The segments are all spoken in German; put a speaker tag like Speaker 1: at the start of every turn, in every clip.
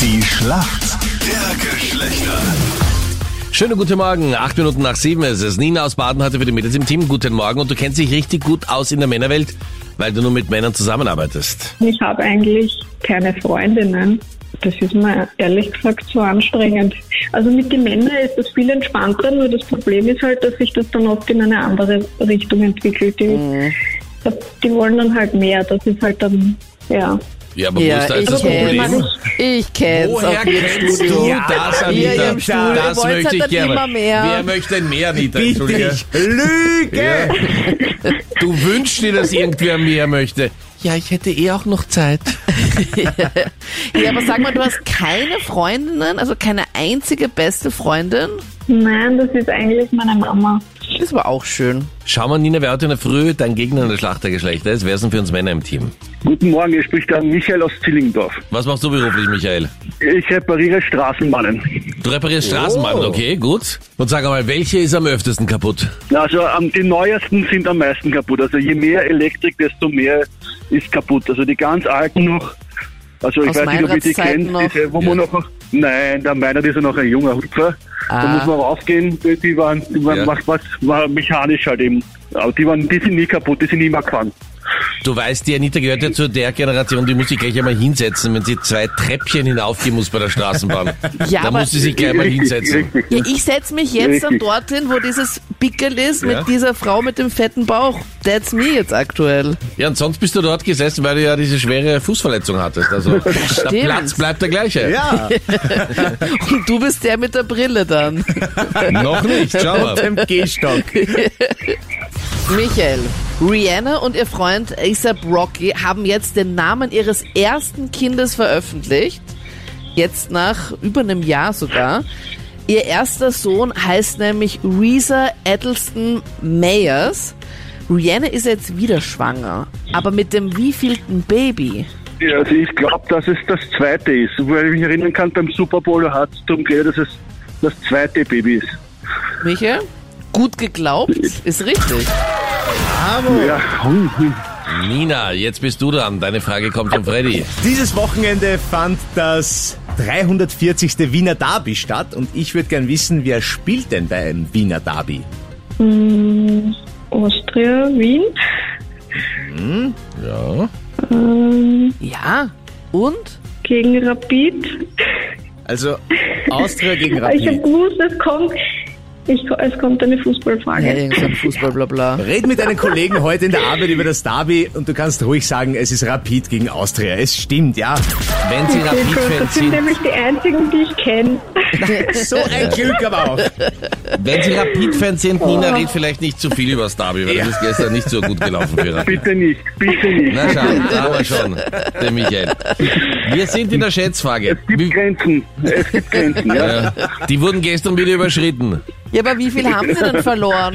Speaker 1: Die Schlacht der Geschlechter.
Speaker 2: Schönen guten Morgen. Acht Minuten nach sieben ist es. Nina aus Baden hatte für die Mädels im Team guten Morgen und du kennst dich richtig gut aus in der Männerwelt, weil du nur mit Männern zusammenarbeitest.
Speaker 3: Ich habe eigentlich keine Freundinnen. Das ist mir ehrlich gesagt zu anstrengend. Also mit den Männern ist das viel entspannter, nur das Problem ist halt, dass sich das dann oft in eine andere Richtung entwickelt. Die, die wollen dann halt mehr. Das ist halt dann, ja.
Speaker 2: Ja, aber wo
Speaker 4: Ja,
Speaker 2: ist da jetzt
Speaker 4: ich
Speaker 2: das Problem?
Speaker 4: kenn's. Ich kenn's
Speaker 2: Woher
Speaker 4: auf jedem
Speaker 2: kennst
Speaker 4: Studio.
Speaker 2: du das,
Speaker 4: Hier
Speaker 2: Anita?
Speaker 4: im Studio
Speaker 2: Das
Speaker 4: wollt's
Speaker 2: möchte
Speaker 4: halt
Speaker 2: ich
Speaker 4: dann
Speaker 2: gerne.
Speaker 4: immer mehr.
Speaker 2: Wer möchte ein Mehr, Anita? Entschuldige.
Speaker 5: Richtig. Lüge!
Speaker 2: Ja. Du wünschst dir, dass irgendwer mehr möchte. Ja, ich hätte eh auch noch Zeit.
Speaker 4: Ja, aber sag mal, du hast keine Freundinnen, also keine einzige beste Freundin.
Speaker 3: Nein, das ist eigentlich meine Mama.
Speaker 4: Das war auch schön.
Speaker 2: Schau mal, Nina, wer heute in der Früh dein Gegner in der Schlacht der Geschlechter ist? Wer sind für uns Männer im Team?
Speaker 6: Guten Morgen, hier spricht der Michael aus Zillingdorf.
Speaker 2: Was machst du beruflich, Michael?
Speaker 6: Ich repariere Straßenbahnen.
Speaker 2: Du reparierst Straßenbahnen, okay, gut. Oh. Und sag einmal, welche ist am öftesten kaputt?
Speaker 6: Also am- die neuesten sind am meisten kaputt. Also je mehr Elektrik, desto mehr ist kaputt. Also die ganz alten noch. Also ich
Speaker 4: Aus
Speaker 6: weiß nicht, ob ihr die
Speaker 4: Meinradszeiten
Speaker 6: kennt,
Speaker 4: noch?
Speaker 6: diese, wo man noch. Nein, der Meinrad ist ja noch ein junger Hupfer. Da
Speaker 4: Ah.
Speaker 6: muss man raufgehen. Die die waren, die waren
Speaker 2: Ja.
Speaker 6: was, was, war mechanisch halt eben. Aber die waren, die sind nie kaputt, die sind nie mehr gefahren.
Speaker 2: Du weißt, die Anita gehört ja zu der Generation, die muss sich gleich einmal hinsetzen, wenn sie zwei Treppchen hinaufgehen muss bei der Straßenbahn.
Speaker 4: Ja,
Speaker 2: da
Speaker 4: aber-
Speaker 2: muss sie sich gleich mal
Speaker 6: Richtig,
Speaker 2: hinsetzen.
Speaker 6: richtig.
Speaker 4: Ja, ich setz mich jetzt dann dorthin, wo dieses Pickel ist
Speaker 2: Ja.
Speaker 4: mit dieser Frau mit dem fetten Bauch. That's me jetzt aktuell.
Speaker 2: Ja, und sonst bist du dort gesessen, weil du ja diese schwere Fußverletzung hattest. Also der
Speaker 4: stimmt.
Speaker 2: Platz bleibt der gleiche.
Speaker 5: Ja,
Speaker 4: Und du bist der mit der Brille dann.
Speaker 2: Noch nicht, schau mal.
Speaker 5: im Gehstock.
Speaker 4: Michael, Rihanna und ihr Freund ASAP Rocky haben jetzt den Namen ihres ersten Kindes veröffentlicht. Jetzt nach über einem Jahr sogar. Ihr erster Sohn heißt nämlich Reza Edelston Mayers. Rihanna ist jetzt wieder schwanger, aber mit dem wievielten Baby?
Speaker 6: Ja, also ich glaube, dass es das zweite ist. Weil ich mich erinnern kann, beim Super Bowl hat es darum gegangen, dass es das zweite Baby ist.
Speaker 4: Michael, gut geglaubt, ist richtig.
Speaker 6: Ja, hm, hm.
Speaker 2: Nina, jetzt bist du dran. Deine Frage kommt von Freddy.
Speaker 5: Dieses Wochenende fand das 340. Wiener Derby statt und ich würde gern wissen, wer spielt denn bei einem Wiener Derby?
Speaker 3: Austria, Wien.
Speaker 2: Ja.
Speaker 4: Ja, und?
Speaker 3: Gegen Rapid.
Speaker 5: Also Austria gegen
Speaker 3: Ich habe
Speaker 5: Rapid.
Speaker 3: gewusst, es kommt, ich, es kommt eine Fußballfrage.
Speaker 4: Ja, irgendein Fußball, bla bla.
Speaker 5: Red mit deinen Kollegen heute in der Arbeit über das Derby und du kannst ruhig sagen, es ist Rapid gegen Austria. Es stimmt, ja.
Speaker 2: Wenn sie
Speaker 3: Okay, gut,
Speaker 2: Rapid-Fans
Speaker 3: das sind
Speaker 2: sind,
Speaker 3: nämlich die einzigen, die ich kenne.
Speaker 5: So ein Glück aber auch.
Speaker 2: wenn sie Rapid-Fans sind, Nina, red vielleicht nicht zu viel über das Derby, weil das ist gestern nicht so gut gelaufen für Rapid.
Speaker 6: bitte nicht, bitte nicht.
Speaker 2: Na schau, da haben wir schon, der Michael. Wir sind in der Schätzfrage.
Speaker 6: Es gibt
Speaker 2: Wie,
Speaker 6: Grenzen, es gibt Grenzen, ja.
Speaker 2: äh, die wurden gestern wieder überschritten.
Speaker 4: Ja, aber wie viel haben sie denn verloren?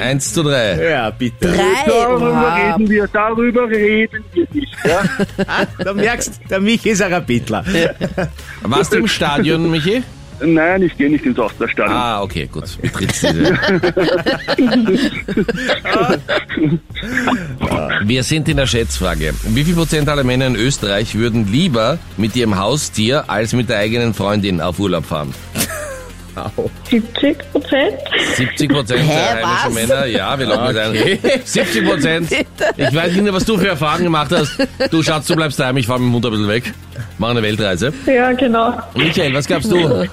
Speaker 2: 1 zu 3.
Speaker 5: Ja, bitte.
Speaker 4: Drei.
Speaker 6: Darüber
Speaker 4: Oha.
Speaker 6: reden wir, darüber reden wir nicht, ja.
Speaker 5: Ah, da merkst du, der Michi ist ein Rapidler.
Speaker 2: Warst du im Stadion, Michi?
Speaker 6: Nein, ich gehe nicht ins Austerstadion.
Speaker 2: Ah, okay, gut. Betrittst diese. Wir sind in der Schätzfrage. Wie viel Prozent aller Männer in Österreich würden lieber mit ihrem Haustier als mit der eigenen Freundin auf Urlaub fahren?
Speaker 3: 70 Prozent?
Speaker 2: 70 Prozent der
Speaker 4: Hä,
Speaker 2: heimischen
Speaker 4: was?
Speaker 2: Männer, ja, wir locken okay. ein. 70 Prozent. Ich weiß nicht, was du für Erfahrungen gemacht hast. Du Schatz, du bleibst daheim, ich fahr mit dem Hund ein bisschen weg. Mach eine Weltreise.
Speaker 3: Ja, genau.
Speaker 2: Michael, was gabst du?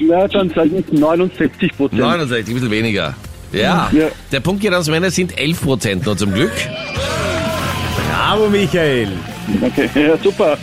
Speaker 6: Na, dann sage ich 69 Prozent.
Speaker 2: 69, ein bisschen weniger. Ja,
Speaker 6: Ja.
Speaker 2: der Punkt geht aus Männer sind 11 Prozent nur zum Glück.
Speaker 5: Bravo, Michael.
Speaker 6: Okay, ja, super.